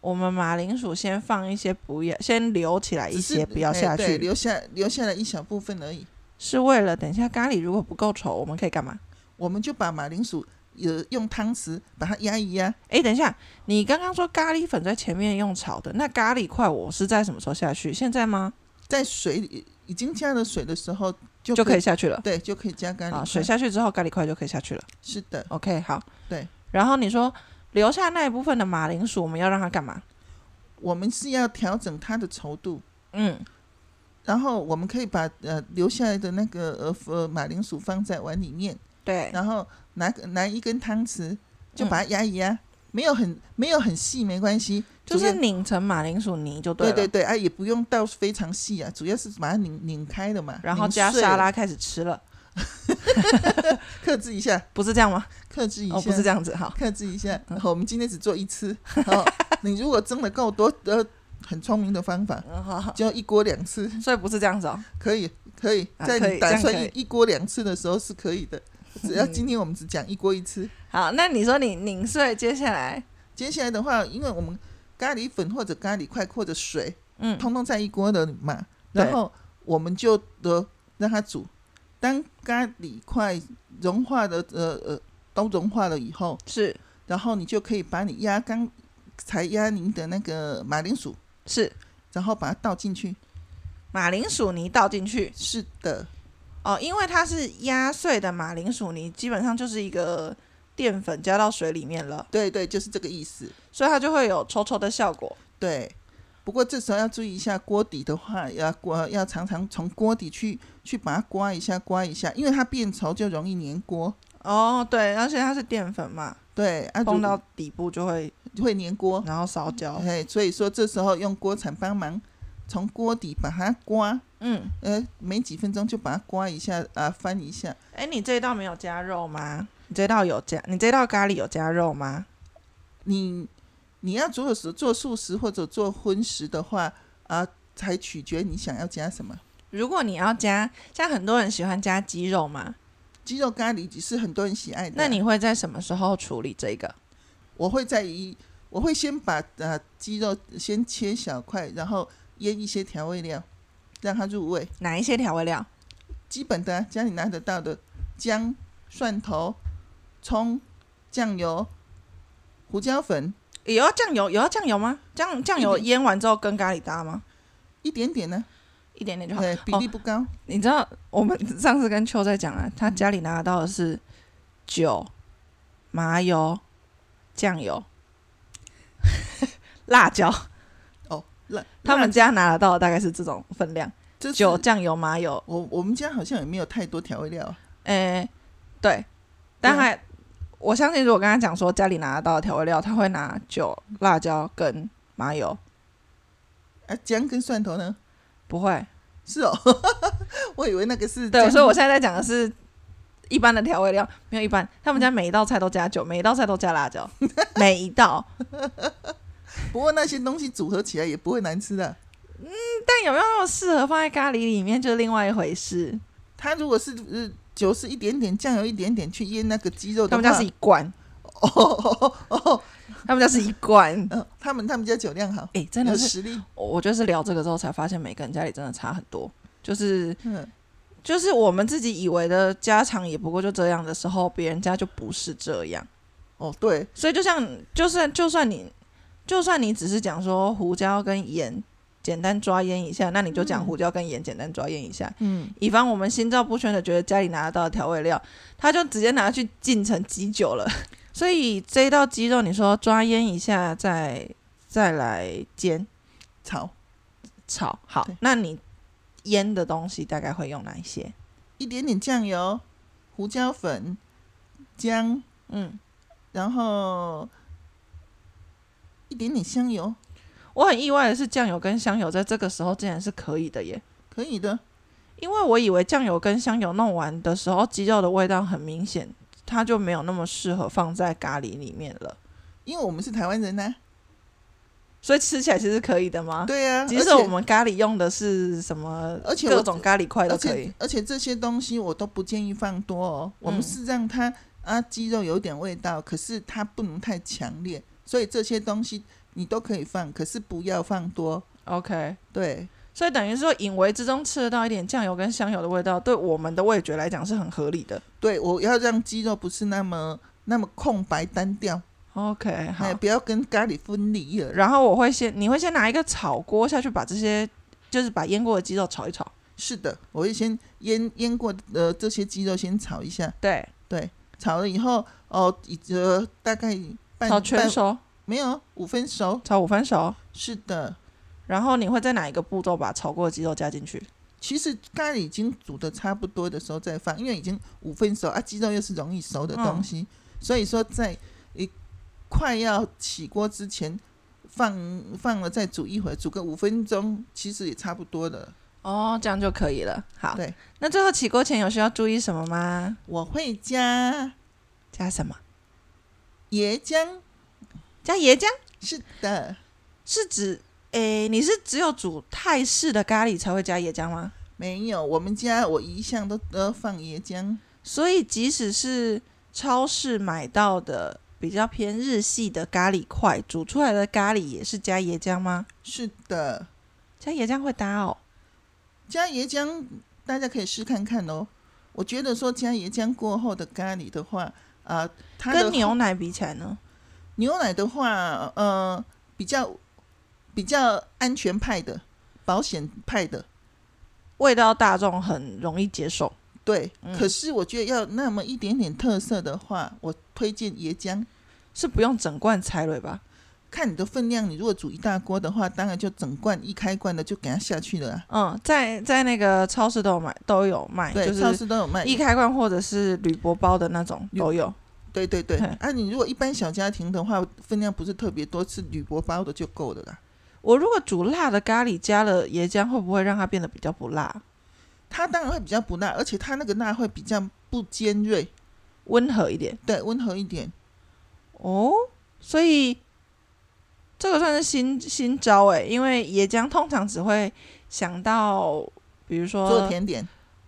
[SPEAKER 1] 我们马铃薯先放一些，不要先留起来一
[SPEAKER 2] 只是
[SPEAKER 1] 些，不要
[SPEAKER 2] 哎
[SPEAKER 1] 下
[SPEAKER 2] 对
[SPEAKER 1] 去，
[SPEAKER 2] 留下留下来一小部分而已。
[SPEAKER 1] 是为了等一下咖喱如果不够稠，我们可以干嘛？
[SPEAKER 2] 我们就把马铃薯呃用汤匙把它压一压，
[SPEAKER 1] 哎，等一下，你刚刚说咖喱粉在前面用炒的，那咖喱块我是在什么时候下去？现在吗？
[SPEAKER 2] 在水里已经加了水的时候就
[SPEAKER 1] 就可以下去了。
[SPEAKER 2] 对就可以加咖喱
[SPEAKER 1] 啊，
[SPEAKER 2] 块
[SPEAKER 1] 水下去之后，咖喱块就可以下去了。
[SPEAKER 2] 是的，
[SPEAKER 1] OK，好，
[SPEAKER 2] 对。
[SPEAKER 1] 然后你说留下那一部分的马铃薯，我们要让它干嘛？
[SPEAKER 2] 我们是要调整它的稠度。
[SPEAKER 1] 嗯，
[SPEAKER 2] 然后我们可以把呃留下来的那个呃呃马铃薯放在碗里面，
[SPEAKER 1] 对，
[SPEAKER 2] 然后拿拿一根汤匙就
[SPEAKER 1] 哎嗯
[SPEAKER 2] 把它压一压，没有很没有很细没关系，
[SPEAKER 1] 就
[SPEAKER 2] 主
[SPEAKER 1] 是
[SPEAKER 2] 要
[SPEAKER 1] 拧成马铃薯泥就
[SPEAKER 2] 对
[SPEAKER 1] 了。
[SPEAKER 2] 对对啊，也不用到非常细啊，主要是把它拧拧开的嘛，
[SPEAKER 1] 然后
[SPEAKER 2] 拧
[SPEAKER 1] 加
[SPEAKER 2] 碎
[SPEAKER 1] 沙
[SPEAKER 2] 了，
[SPEAKER 1] 拉开始吃了，
[SPEAKER 2] 克制一下，
[SPEAKER 1] 不是这样吗？
[SPEAKER 2] 克制一下，
[SPEAKER 1] 哦，不是这样子哈。
[SPEAKER 2] 克制一下。
[SPEAKER 1] 嗯
[SPEAKER 2] 好，我们今天只做一 次，好，你如果蒸的够多，呃，很聪明的方法，
[SPEAKER 1] 嗯，好好，
[SPEAKER 2] 就一锅两次，
[SPEAKER 1] 所以不是这样子哦。
[SPEAKER 2] 可以可以，
[SPEAKER 1] 啊
[SPEAKER 2] 在
[SPEAKER 1] 可以
[SPEAKER 2] 你打
[SPEAKER 1] 这样
[SPEAKER 2] 算
[SPEAKER 1] 可以嗯
[SPEAKER 2] 一一锅两次的时候是可以的，只要今天我们只讲一锅一次。
[SPEAKER 1] 好，那你说你拧碎，接下来，
[SPEAKER 2] 接下来的话，因为我们咖喱粉或者咖喱块或者水，
[SPEAKER 1] 嗯，
[SPEAKER 2] 通通在一锅的嘛，
[SPEAKER 1] 对
[SPEAKER 2] 然后我们就得让它煮。当咖喱块融化的呃呃都融化了以后，
[SPEAKER 1] 是
[SPEAKER 2] 然后你就可以把你压刚才压您的那个马铃薯，
[SPEAKER 1] 是
[SPEAKER 2] 然后把它倒进去。
[SPEAKER 1] 马铃薯泥倒进去
[SPEAKER 2] 是的，
[SPEAKER 1] 哦，因为它是压碎的马铃薯泥，基本上就是一个淀粉加到水里面了，
[SPEAKER 2] 对对，就是这个意思。
[SPEAKER 1] 所以它就会有稠稠的效果。
[SPEAKER 2] 对，不过这时候要注意一下锅底的话，要锅要常常从锅底去去把它刮一下刮一下，因为它变稠就容易粘锅。
[SPEAKER 1] 哦，对，而且它是淀粉嘛，
[SPEAKER 2] 对，啊，
[SPEAKER 1] 碰
[SPEAKER 2] 如
[SPEAKER 1] 到底部就会，
[SPEAKER 2] 会粘锅，
[SPEAKER 1] 然后烧焦。
[SPEAKER 2] 哎，所以说这时候用锅铲帮忙从锅底把它刮，
[SPEAKER 1] 嗯，
[SPEAKER 2] 呃，没几分钟就把它刮一下啊，翻一下。
[SPEAKER 1] 哎，你这一道没有加肉吗？你这道有加，你这道咖喱有加肉吗？
[SPEAKER 2] 你你要做食做素食或者做荤食的话啊，才取决你想要加什么。
[SPEAKER 1] 如果你要加，像很多人喜欢加鸡肉嘛，
[SPEAKER 2] 鸡肉咖喱只是很多人喜爱的，
[SPEAKER 1] 那你会在什么时候处理这个？
[SPEAKER 2] 我会在一，我会先把呃鸡肉先切小块，然后腌一些调味料，让它入味。
[SPEAKER 1] 哪一些调味料？
[SPEAKER 2] 基本的啊、家里拿得到的姜、蒜头、葱、酱油、胡椒粉，
[SPEAKER 1] 也要酱油，也要酱油吗？酱酱油
[SPEAKER 2] 一
[SPEAKER 1] 腌完之后跟咖喱搭吗？
[SPEAKER 2] 一点点呢、
[SPEAKER 1] 一点点就好。
[SPEAKER 2] 对，比例不高。
[SPEAKER 1] 你知道我们上次跟秋在讲啊，他家里拿到的是酒、麻油、酱油、 辣椒，
[SPEAKER 2] 哦，那
[SPEAKER 1] 他们
[SPEAKER 2] 那
[SPEAKER 1] 家拿得到的大概是这种分量：
[SPEAKER 2] 这是
[SPEAKER 1] 酒、酱油、麻油。
[SPEAKER 2] 我我们家好像也没有太多调味料啊、
[SPEAKER 1] 诶、对，但
[SPEAKER 2] 对啊
[SPEAKER 1] 还我相信，如果跟他讲说家里拿得到的调味料，他会拿酒、辣椒跟麻油，
[SPEAKER 2] 啊。姜跟蒜头呢？
[SPEAKER 1] 不会。
[SPEAKER 2] 是哦，我以为那个 是
[SPEAKER 1] 对，
[SPEAKER 2] 姜
[SPEAKER 1] 所以我现在在讲的是一般的调味料，没有一般。他们家每一道菜都加酒，每一道菜都加辣 椒，每一道。
[SPEAKER 2] 不过那些东西组合起来也不会难吃的、
[SPEAKER 1] 但有没有那么适合放在咖喱里面，就是另外一回事。
[SPEAKER 2] 它如果是呃酒是一点点，酱油一点点去腌那个鸡肉
[SPEAKER 1] 他
[SPEAKER 2] 的话，
[SPEAKER 1] 们家是一罐，
[SPEAKER 2] 哦哦哦哦，
[SPEAKER 1] 他们家是一罐。
[SPEAKER 2] 呃他们他们家酒量好，
[SPEAKER 1] 哎、真的
[SPEAKER 2] 有
[SPEAKER 1] 是，
[SPEAKER 2] 实力，
[SPEAKER 1] 我我就是聊这个之后才发现，每个人家里真的差很多。就是
[SPEAKER 2] 嗯，
[SPEAKER 1] 就是我们自己以为的家常也不过就这样的时候，别人家就不是这样。
[SPEAKER 2] 哦对，
[SPEAKER 1] 所以就像就算就算你就算你只是讲说胡椒跟盐简单抓腌一下，那你就讲
[SPEAKER 2] 嗯
[SPEAKER 1] 胡椒跟盐简单抓腌一下，
[SPEAKER 2] 嗯，
[SPEAKER 1] 以防我们心照不宣的觉得家里拿得到的调味料，他就直接拿去浸成鸡酒了。所以这一道鸡肉，你说抓腌一下再再来煎
[SPEAKER 2] 炒
[SPEAKER 1] 炒，好
[SPEAKER 2] 对，
[SPEAKER 1] 那你腌的东西大概会用哪一些？
[SPEAKER 2] 一点点酱油、胡椒粉、姜、
[SPEAKER 1] 嗯，
[SPEAKER 2] 然后一点点香油，
[SPEAKER 1] 我很意外的是，酱油跟香油在这个时候竟然是可以的耶，
[SPEAKER 2] 可以的。
[SPEAKER 1] 因为我以为酱油跟香油弄完的时候，鸡肉的味道很明显，它就没有那么适合放在咖喱里面了，
[SPEAKER 2] 因为我们是台湾人呐、
[SPEAKER 1] 所以吃起来其实是可以的吗？
[SPEAKER 2] 对呀、啊，
[SPEAKER 1] 即
[SPEAKER 2] 而
[SPEAKER 1] 使
[SPEAKER 2] 且
[SPEAKER 1] 我们咖喱用的是什么，
[SPEAKER 2] 而且我
[SPEAKER 1] 各种咖喱块
[SPEAKER 2] 而
[SPEAKER 1] 都可以
[SPEAKER 2] 且。而且这些东西我都不建议放多哦，我们
[SPEAKER 1] 嗯
[SPEAKER 2] 是让它啊鸡肉有点味道，可是它不能太强烈，所以这些东西你都可以放，可是不要放多。
[SPEAKER 1] OK，
[SPEAKER 2] 对，
[SPEAKER 1] 所以等于说，隐微之中吃得到一点酱油跟香油的味道，对我们的味觉来讲是很合理的。
[SPEAKER 2] 对我要让鸡肉不是那么那么空白单调，
[SPEAKER 1] OK，好
[SPEAKER 2] 哎，。不要跟咖喱分离了。
[SPEAKER 1] 然后我会先，你会先拿一个炒锅下去把这些，就是把腌过的鸡肉炒一炒。
[SPEAKER 2] 是的，我会先腌腌过的呃这些鸡肉先炒一下，
[SPEAKER 1] 对，
[SPEAKER 2] 炒了以后哦，已呃大概半
[SPEAKER 1] 炒全
[SPEAKER 2] 半
[SPEAKER 1] 熟，
[SPEAKER 2] 没有五分熟。
[SPEAKER 1] 炒五分熟。
[SPEAKER 2] 是的，
[SPEAKER 1] 然后你会在哪一个步骤把炒过的鸡肉加进去？
[SPEAKER 2] 其实咖喱已经煮的差不多的时候再放，因为已经五分熟啊，鸡肉又是容易熟的
[SPEAKER 1] 嗯
[SPEAKER 2] 东西，所以说在一快要起锅之前放放了再煮一会儿，煮个五分钟，其实也差不多了。
[SPEAKER 1] 哦，这样就可以了。好，
[SPEAKER 2] 对，
[SPEAKER 1] 那最后起锅前有需要注意什么吗？
[SPEAKER 2] 我会加
[SPEAKER 1] 加什么？
[SPEAKER 2] 椰浆，
[SPEAKER 1] 加椰浆。
[SPEAKER 2] 是的，
[SPEAKER 1] 是指诶，你是只有煮泰式的咖喱才会加椰浆吗？
[SPEAKER 2] 没有，我们家我一向都都放椰浆，
[SPEAKER 1] 所以即使是超市买到的比较偏日系的咖喱块，煮出来的咖喱也是加椰浆吗？
[SPEAKER 2] 是的，
[SPEAKER 1] 加椰浆会搭哦。
[SPEAKER 2] 加椰浆，大家可以试看看哦。我觉得说加椰浆过后的咖喱的话，啊、它的
[SPEAKER 1] 跟牛奶比起来呢？
[SPEAKER 2] 牛奶的话，呃，比较比较安全派的，保险派的，
[SPEAKER 1] 味道大众很容易接受。
[SPEAKER 2] 对。
[SPEAKER 1] 嗯
[SPEAKER 2] 可是我觉得要那么一点点特色的话，我推荐椰浆。
[SPEAKER 1] 是不用整罐拆了吧？
[SPEAKER 2] 看你的分量，你如果煮一大锅的话，当然就整罐一开罐的就给它下去了啊。
[SPEAKER 1] 嗯，在在那个超市都有买，都有卖，
[SPEAKER 2] 对，
[SPEAKER 1] 哎就
[SPEAKER 2] 超
[SPEAKER 1] 是
[SPEAKER 2] 市都有卖。
[SPEAKER 1] 一开罐或者是铝箔包的那种都有。
[SPEAKER 2] 对对对
[SPEAKER 1] 嘿，
[SPEAKER 2] 啊，你如果一般小家庭的话，分量不是特别多，吃铝箔包的就够了啦。
[SPEAKER 1] 我如果煮辣的咖喱加了椰浆，会不会让它变得比较不辣，
[SPEAKER 2] 它当然会比较不辣，而且它那个辣会比较不尖锐，
[SPEAKER 1] 温和一点？
[SPEAKER 2] 对，温和一点。
[SPEAKER 1] 哦，所以这个算是新新招诶，因为椰浆通常只会想到，比如
[SPEAKER 2] 做
[SPEAKER 1] 说
[SPEAKER 2] 甜点，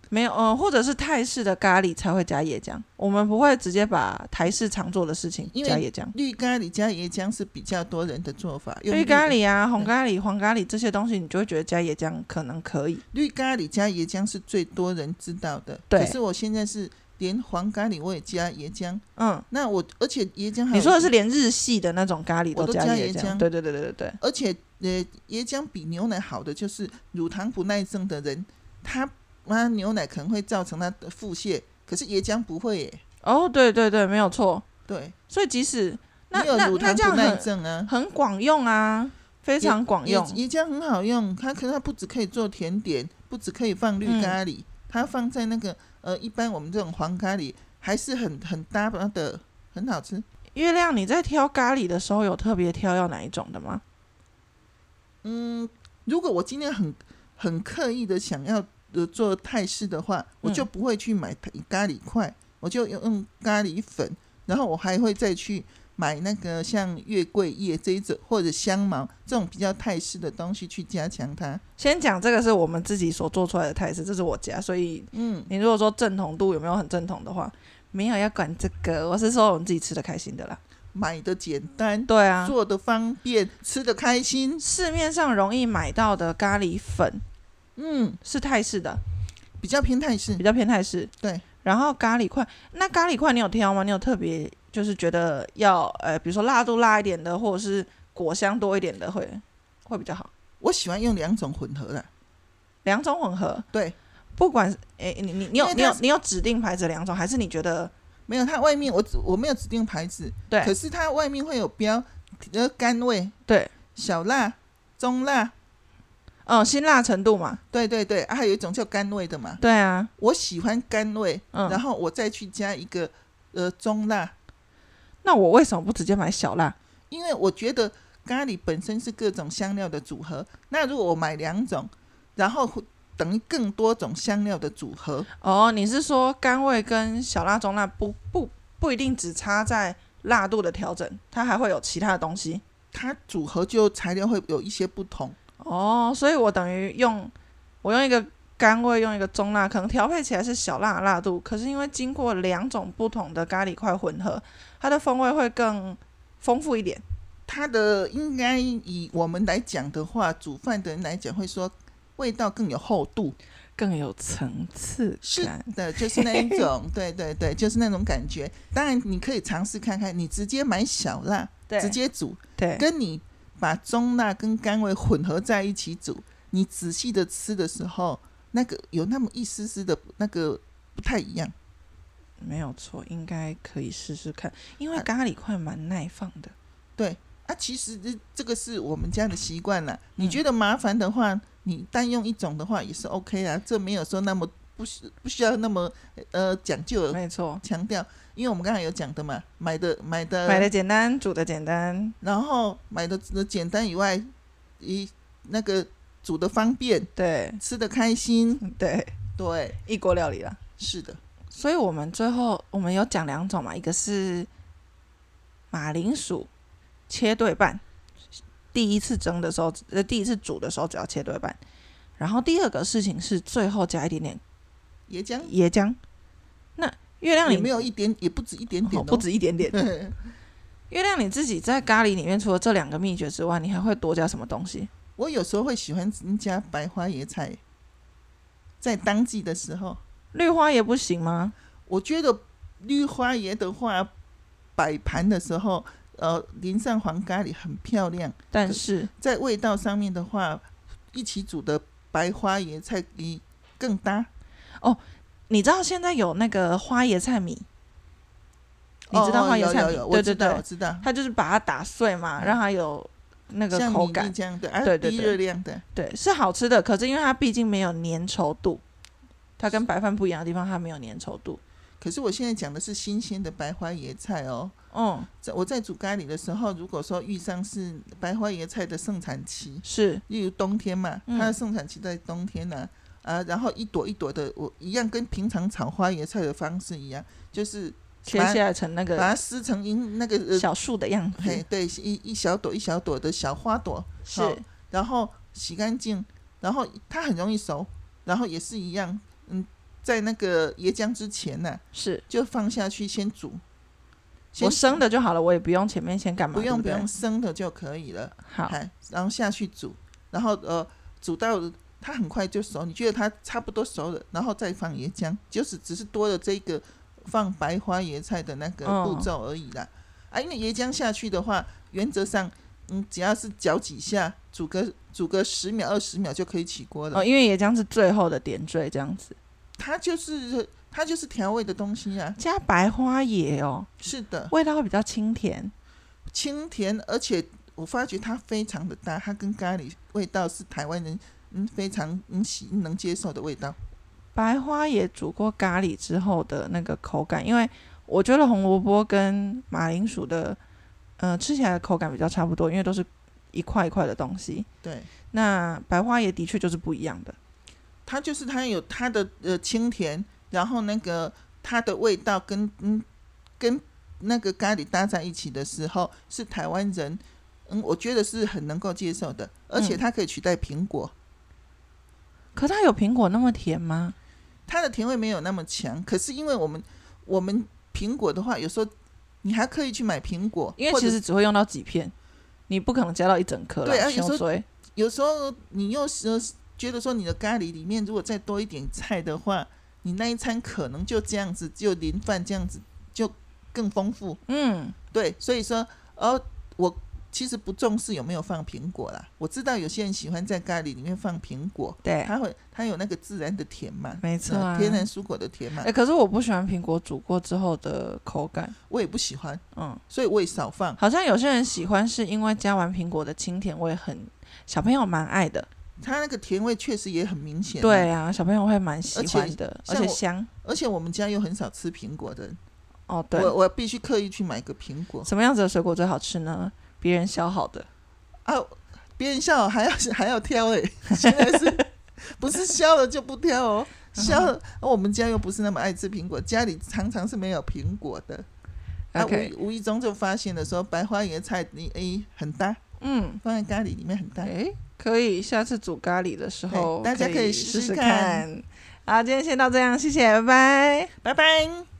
[SPEAKER 1] 没有，呃，或者是泰式的咖喱才会加椰浆，我们不会直接把台式常做的事情
[SPEAKER 2] 因为
[SPEAKER 1] 加椰浆。
[SPEAKER 2] 绿咖喱加椰浆是比较多人的做法。用
[SPEAKER 1] 绿咖
[SPEAKER 2] 绿、
[SPEAKER 1] 喱啊、红咖喱、黄咖喱这些东西，你就会觉得加椰浆可能可以。
[SPEAKER 2] 绿咖喱加椰浆是最多人知道的。
[SPEAKER 1] 对
[SPEAKER 2] 可是我现在是连黄咖喱我也加椰浆。
[SPEAKER 1] 嗯，
[SPEAKER 2] 那我而且椰浆还有
[SPEAKER 1] 你说的是，连日系的那种咖喱
[SPEAKER 2] 嗯我都
[SPEAKER 1] 加
[SPEAKER 2] 加
[SPEAKER 1] 椰
[SPEAKER 2] 椰浆
[SPEAKER 1] 对对对对对对。
[SPEAKER 2] 而且呃，椰浆比牛奶好的就是乳糖不耐症的人，他妈牛奶可能会造成他的腹泻，可是椰浆不会耶。
[SPEAKER 1] 哦，对对对，没有错。
[SPEAKER 2] 对，
[SPEAKER 1] 所以即使那
[SPEAKER 2] 没有
[SPEAKER 1] 那
[SPEAKER 2] 乳
[SPEAKER 1] 那
[SPEAKER 2] 糖
[SPEAKER 1] 这
[SPEAKER 2] 不
[SPEAKER 1] 样
[SPEAKER 2] 耐
[SPEAKER 1] 很
[SPEAKER 2] 症啊。
[SPEAKER 1] 很广用啊，非常广
[SPEAKER 2] 椰
[SPEAKER 1] 用。
[SPEAKER 2] 椰浆很好用，它可是它不只可以做甜点，不只可以放绿咖喱，它放在那个呃，一般我们这种黄咖喱还是很很搭的，很好吃。
[SPEAKER 1] 月亮，你在挑咖喱的时候有特别挑要哪一种的吗？
[SPEAKER 2] 嗯，如果我今天很很刻意的想要呃做泰式的话，我就不会去买咖咖喱块，我就用咖喱粉，然后我还会再去买那个像月桂叶这一种或者香茅这种比较泰式的东西去加强它。
[SPEAKER 1] 先讲这个是我们自己所做出来的泰式，这是我家，所以
[SPEAKER 2] 嗯，
[SPEAKER 1] 你如果说正统度有没有很正统的话，没有要管这个，我是说我们自己吃的开心的啦。
[SPEAKER 2] 买的简单。
[SPEAKER 1] 对啊，
[SPEAKER 2] 做的方便，吃的开心。
[SPEAKER 1] 市面上容易买到的咖喱粉
[SPEAKER 2] 嗯，
[SPEAKER 1] 是泰式的，
[SPEAKER 2] 比较偏泰式
[SPEAKER 1] 比。较偏泰式。
[SPEAKER 2] 对，
[SPEAKER 1] 然后咖喱块，那咖喱块你有挑吗？你有特别就是觉得要呃，比如说辣度辣一点的，或者是果香多一点的会会比较好。
[SPEAKER 2] 我喜欢用两种混合的。
[SPEAKER 1] 两种混合，
[SPEAKER 2] 对，
[SPEAKER 1] 不管是诶、你你你有
[SPEAKER 2] 因为它
[SPEAKER 1] 你有
[SPEAKER 2] 是
[SPEAKER 1] 你有指定牌子两种，还是你觉得
[SPEAKER 2] 没有，它外面我只我没有指定牌子，
[SPEAKER 1] 对
[SPEAKER 2] 可是它外面会有标，呃，甘味、
[SPEAKER 1] 对，
[SPEAKER 2] 小辣、中辣，
[SPEAKER 1] 嗯，辛辣程度嘛？
[SPEAKER 2] 对对对，啊，还有一种叫甘味的嘛。
[SPEAKER 1] 对啊，
[SPEAKER 2] 我喜欢甘味，
[SPEAKER 1] 嗯
[SPEAKER 2] 然后我再去加一个呃中辣，
[SPEAKER 1] 那我为什么不直接买小辣？
[SPEAKER 2] 因为我觉得咖喱本身是各种香料的组合，那如果我买两种，然后会等于更多种香料的组合，
[SPEAKER 1] 哦，你是说甘味跟小辣、中辣不不不一定只差在辣度的调整，它还会有其他的东西
[SPEAKER 2] 它组合就材料会有一些不同。
[SPEAKER 1] 哦。所以我等于用我用一个甘味，用一个中辣，可能调配起来是小辣的辣度，可是因为经过两种不同的咖喱块混合，它的风味会更丰富一点。
[SPEAKER 2] 它的应该以我们来讲的话，煮饭的人来讲会说味道更有厚度，
[SPEAKER 1] 更有层次
[SPEAKER 2] 是
[SPEAKER 1] 感，
[SPEAKER 2] 的，就是那一种，对对对，就是那种感觉。当然，你可以尝试看看，你直接买小辣，
[SPEAKER 1] 对，
[SPEAKER 2] 直接煮，
[SPEAKER 1] 对，
[SPEAKER 2] 跟你把中辣跟甘味混合在一起煮，你仔细的吃的时候，那个有那么一丝丝的那个不太一样。
[SPEAKER 1] 没有错，应该可以试试看，因为
[SPEAKER 2] 啊
[SPEAKER 1] 咖喱块蛮耐放的。
[SPEAKER 2] 啊，其实这这个是我们家的习惯
[SPEAKER 1] 嗯
[SPEAKER 2] 了。你觉得麻烦的话，你单用一种的话也是 OK 啊，这没有说那么不需不需要那么呃讲究
[SPEAKER 1] 没错，
[SPEAKER 2] 强调，因为我们刚才有讲的嘛，买的买的
[SPEAKER 1] 买的简单，煮的简单，
[SPEAKER 2] 然后买的简单以外，一那个煮的方便，
[SPEAKER 1] 对
[SPEAKER 2] 吃的开心，
[SPEAKER 1] 嗯对，
[SPEAKER 2] 对，
[SPEAKER 1] 异国料理啦。
[SPEAKER 2] 是的，
[SPEAKER 1] 所以我们最后我们有讲两种嘛，一个是马铃薯切对半，第一次蒸的时候，呃，第一次煮的时候只要切对半。然后第二个事情是最后加一点点
[SPEAKER 2] 也讲
[SPEAKER 1] 椰浆。那月亮
[SPEAKER 2] 也
[SPEAKER 1] 你
[SPEAKER 2] 没有一点，也不止一点点、
[SPEAKER 1] 哦不。止一点 点。月亮你自己在咖喱里面，除了这两个秘诀之外，你还会多加什么东西？
[SPEAKER 2] 我有时候会喜欢加白花椰菜，在当季的时候，
[SPEAKER 1] 绿花也不行吗？
[SPEAKER 2] 我觉得绿花椰的话，摆盘的时候，呃，淋上黄咖喱很漂亮。
[SPEAKER 1] 但是
[SPEAKER 2] 在味道上面的话，一起煮的白花椰菜比更搭。
[SPEAKER 1] 你知道现在有那个花椰菜米，你知道
[SPEAKER 2] 哦
[SPEAKER 1] 花椰菜
[SPEAKER 2] 有
[SPEAKER 1] 米？
[SPEAKER 2] 有有，我
[SPEAKER 1] 对
[SPEAKER 2] 知
[SPEAKER 1] 对
[SPEAKER 2] 道，我
[SPEAKER 1] 对，
[SPEAKER 2] 知道。
[SPEAKER 1] 它就是把它打碎嘛，
[SPEAKER 2] 嗯
[SPEAKER 1] 让它有那个
[SPEAKER 2] 像
[SPEAKER 1] 口
[SPEAKER 2] 米粒
[SPEAKER 1] 感，
[SPEAKER 2] 这样的，啊，
[SPEAKER 1] 对对
[SPEAKER 2] 低
[SPEAKER 1] 对
[SPEAKER 2] 热量的，
[SPEAKER 1] 对，是好吃的。可是因为它毕竟没有粘稠度，它跟白饭不一样的地方，它没有粘稠度。
[SPEAKER 2] 可是我现在讲的是新鲜的白花椰菜哦。
[SPEAKER 1] 嗯，
[SPEAKER 2] 在我在煮咖喱的时候，如果说遇上是白花椰菜的盛产期，
[SPEAKER 1] 是
[SPEAKER 2] 例如冬天嘛，
[SPEAKER 1] 嗯
[SPEAKER 2] 它的盛产期在冬天呢、啊，然后一朵一朵的，我一样跟平常炒花椰菜的方式一样，就是
[SPEAKER 1] 切
[SPEAKER 2] 把它
[SPEAKER 1] 下来成那
[SPEAKER 2] 把
[SPEAKER 1] 个
[SPEAKER 2] 它撕成一那个呃，
[SPEAKER 1] 小树的样
[SPEAKER 2] 嘿
[SPEAKER 1] 子，，
[SPEAKER 2] 对，一一小朵一小朵的小花朵，
[SPEAKER 1] 是
[SPEAKER 2] 好然后洗干净，然后它很容易熟，然后也是一样，嗯，在那个椰浆之前呢、
[SPEAKER 1] 是。
[SPEAKER 2] 就放下去先煮，先
[SPEAKER 1] 我生的就好了，我也不用前面先干嘛，
[SPEAKER 2] 不用不
[SPEAKER 1] 对对
[SPEAKER 2] 用生的就可以了。
[SPEAKER 1] 好，
[SPEAKER 2] 哎，然后下去煮，然后呃煮到它很快就熟，你觉得它差不多熟了，然后再放椰浆，就是只是多了这个放白花椰菜的那个
[SPEAKER 1] 嗯
[SPEAKER 2] 步骤而已啦。啊，因为椰浆下去的话，原则上嗯只要是搅几下，煮个煮个十秒二十秒就可以起锅了。
[SPEAKER 1] 哦，因为椰浆是最后的点缀，这样子
[SPEAKER 2] 它就是它就是调味的东西啊，
[SPEAKER 1] 加白花椰哦，
[SPEAKER 2] 是的，
[SPEAKER 1] 味道会比较清甜。
[SPEAKER 2] 清甜，而且我发觉它非常的搭，它跟咖喱味道是台湾人嗯非常嗯喜能接受的味道。
[SPEAKER 1] 白花也煮过咖喱之后的那个口感，因为我觉得红萝卜跟马铃薯的，呃，吃起来的口感比较差不多，因为都是一块一块的东西。
[SPEAKER 2] 对，
[SPEAKER 1] 那白花也的确就是不一样的，
[SPEAKER 2] 它就是它有它的呃清甜，然后那个它的味道跟嗯跟那个咖喱搭在一起的时候，是台湾人嗯我觉得是很能够接受的，而且
[SPEAKER 1] 嗯
[SPEAKER 2] 它可以取代苹果，
[SPEAKER 1] 可它有苹果那么甜吗？
[SPEAKER 2] 它的甜味没有那么强，可是因为我们我们苹果的话，有时候你还可以去买苹果，
[SPEAKER 1] 因为
[SPEAKER 2] 或者
[SPEAKER 1] 其实只会用到几片，你不可能加到一整颗
[SPEAKER 2] 对啊
[SPEAKER 1] 了，
[SPEAKER 2] 有时候
[SPEAKER 1] 胸椎
[SPEAKER 2] 有时候你又是觉得说你的咖喱里面如果再多一点菜的话，你那一餐可能就这样子，就淋饭这样子就更丰富。
[SPEAKER 1] 嗯，
[SPEAKER 2] 对，所以说，哦，我其实不重视有没有放苹果啦。我知道有些人喜欢在咖喱里面放苹果，
[SPEAKER 1] 对，
[SPEAKER 2] 它会它有那个自然的甜嘛，
[SPEAKER 1] 没错啊
[SPEAKER 2] 呃天然蔬果的甜嘛
[SPEAKER 1] 哎、，可是我不喜欢苹果煮过之后的口感，
[SPEAKER 2] 我也不喜欢，
[SPEAKER 1] 嗯，
[SPEAKER 2] 所以我也少放。
[SPEAKER 1] 好像有些人喜欢是因为加完苹果的清甜味很，小朋友蛮爱的。
[SPEAKER 2] 它那个甜味确实也很明
[SPEAKER 1] 啊
[SPEAKER 2] 显。
[SPEAKER 1] 对，啊，小朋友会蛮喜
[SPEAKER 2] 啊而且
[SPEAKER 1] 欢的，而
[SPEAKER 2] 像
[SPEAKER 1] 且
[SPEAKER 2] 我
[SPEAKER 1] 香
[SPEAKER 2] 而且我们家又很少吃苹果的人，
[SPEAKER 1] 哦，对，
[SPEAKER 2] 我我必须刻意去买个苹果
[SPEAKER 1] 什么样子的水果最好吃呢？别人削好的，
[SPEAKER 2] 啊，别人削还要还要挑哎、 现在是不是削了就不挑哦？削了、我们家又不是那么爱吃苹果，家里常常是没有苹果的。啊，无
[SPEAKER 1] OK
[SPEAKER 2] 意无意中就发现了说白花椰菜你诶、很搭，
[SPEAKER 1] 嗯，
[SPEAKER 2] 放在咖喱里面很搭。
[SPEAKER 1] 哎，可以，下次煮咖喱的时候，
[SPEAKER 2] 对大家可
[SPEAKER 1] 以
[SPEAKER 2] 以试
[SPEAKER 1] 试
[SPEAKER 2] 试
[SPEAKER 1] 试
[SPEAKER 2] 看
[SPEAKER 1] 看。好，今天先到这样，谢谢，拜拜。
[SPEAKER 2] 拜拜。